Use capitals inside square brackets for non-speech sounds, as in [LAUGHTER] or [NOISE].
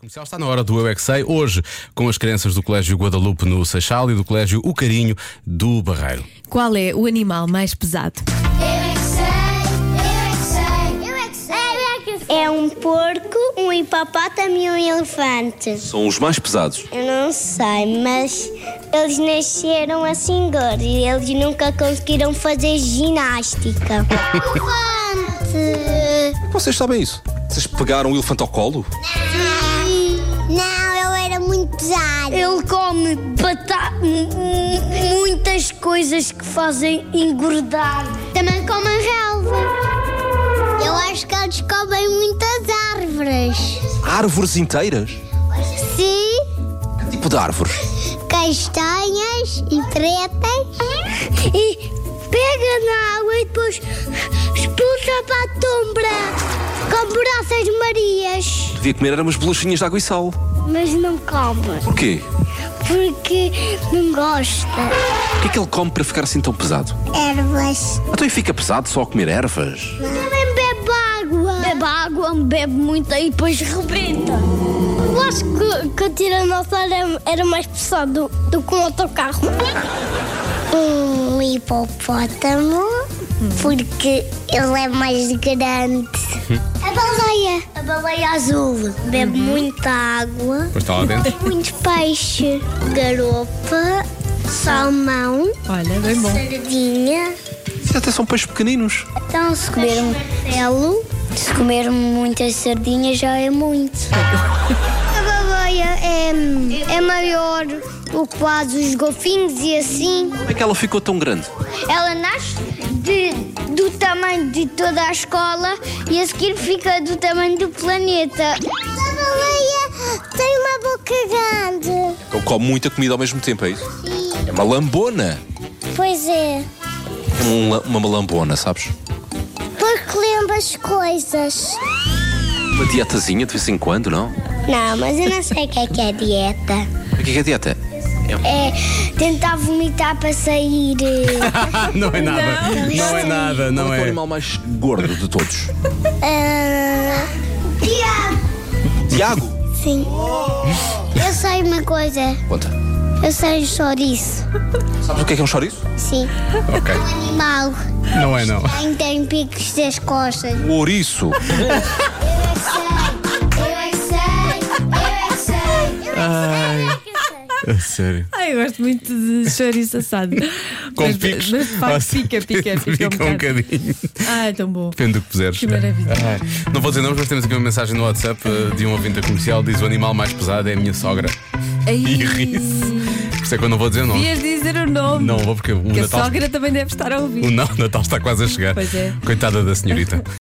Comercial Está na hora do Eu é Que Sei, hoje com as crianças do Colégio Guadalupe no Seixal e do Colégio O Carinho do Barreiro. Qual é o animal mais pesado? É um porco, um hipopótamo e um elefante. São os mais pesados. Eu não sei, mas eles nasceram assim gordos e eles nunca conseguiram fazer ginástica. [LAUGHS] Elefante! Vocês sabem isso? Vocês pegaram o elefante ao colo? Não, eu era muito pesado. Ele come bata- m- m- muitas coisas que fazem engordar. Também como a relva. Eu acho que eles comem muitas árvores. Árvores inteiras? Sim, Que tipo de árvores? castanhas e pretas. E pega na água e depois expulsa para a tombra. Com braças marias. Devia comer eram umas bolachinhas de água e sal. Mas não come, Porquê? porque não gosta. O que é que ele come para ficar assim tão pesado? Ervas. Então e fica pesado só a comer ervas? Também bebe água. Bebe água, bebe muito e depois rebenta. Eu acho que, que o tiranossauro era, era mais pesado do que um autocarro. Um hipopótamo, porque ele é mais grande. A baleia. A baleia azul. Bebe muita água. Pois está lá dentro. Muito peixe. Garopa. Salmão. Olha, bem bom. Sardinha. Isso até são peixes pequeninos. Então, se comer um pelo, se comer muitas sardinhas, já é muito. A baleia é, é maior do que quase os golfinhos e assim. Como é que ela ficou tão grande? Ela nasce de- do tamanho de toda a escola e a seguir fica do tamanho do planeta. A baleia tem uma boca grande. Ele come muita comida ao mesmo tempo, é isso? É uma lambona. Pois é, Um la- uma lambona, sabes? porque lembra as coisas. Uma dietazinha de vez em quando, não? Não, mas eu não sei o que é que é dieta. O que é que é dieta? É tentar vomitar para sair. não é nada, não, é nada, não Qual é o é. animal mais gordo de todos? [LAUGHS] Tiago! Tiago. eh, Sim. Eu sei uma coisa. Conta. Eu sei chouriço. Sabes o que é que é um chouriço? Sim. Ok, Animal. não é não. Quem tem picos das costas. Um ouriço. Eu é que sei. Eu é que sei. A sério. Ai, eu gosto muito de chouriço assado. [LAUGHS] Com mas, picos. Mas de facto, pica, [LAUGHS] pica, pica, um bocado. bocadinho. Ah, é tão bom. Depende do que puseres. Que maravilha. Ah, não vou dizer nomes, mas temos aqui uma mensagem no WhatsApp eh, de um ouvinte da comercial: diz o animal mais pesado é a minha sogra. [LAUGHS] E ri-se. Por isso é que eu não vou dizer nomes. Devias dizer o nome. Não vou, porque o Que a Natal. sogra também deve estar a ouvir. O não, o Natal está quase a chegar. Pois é. Coitada da senhorita.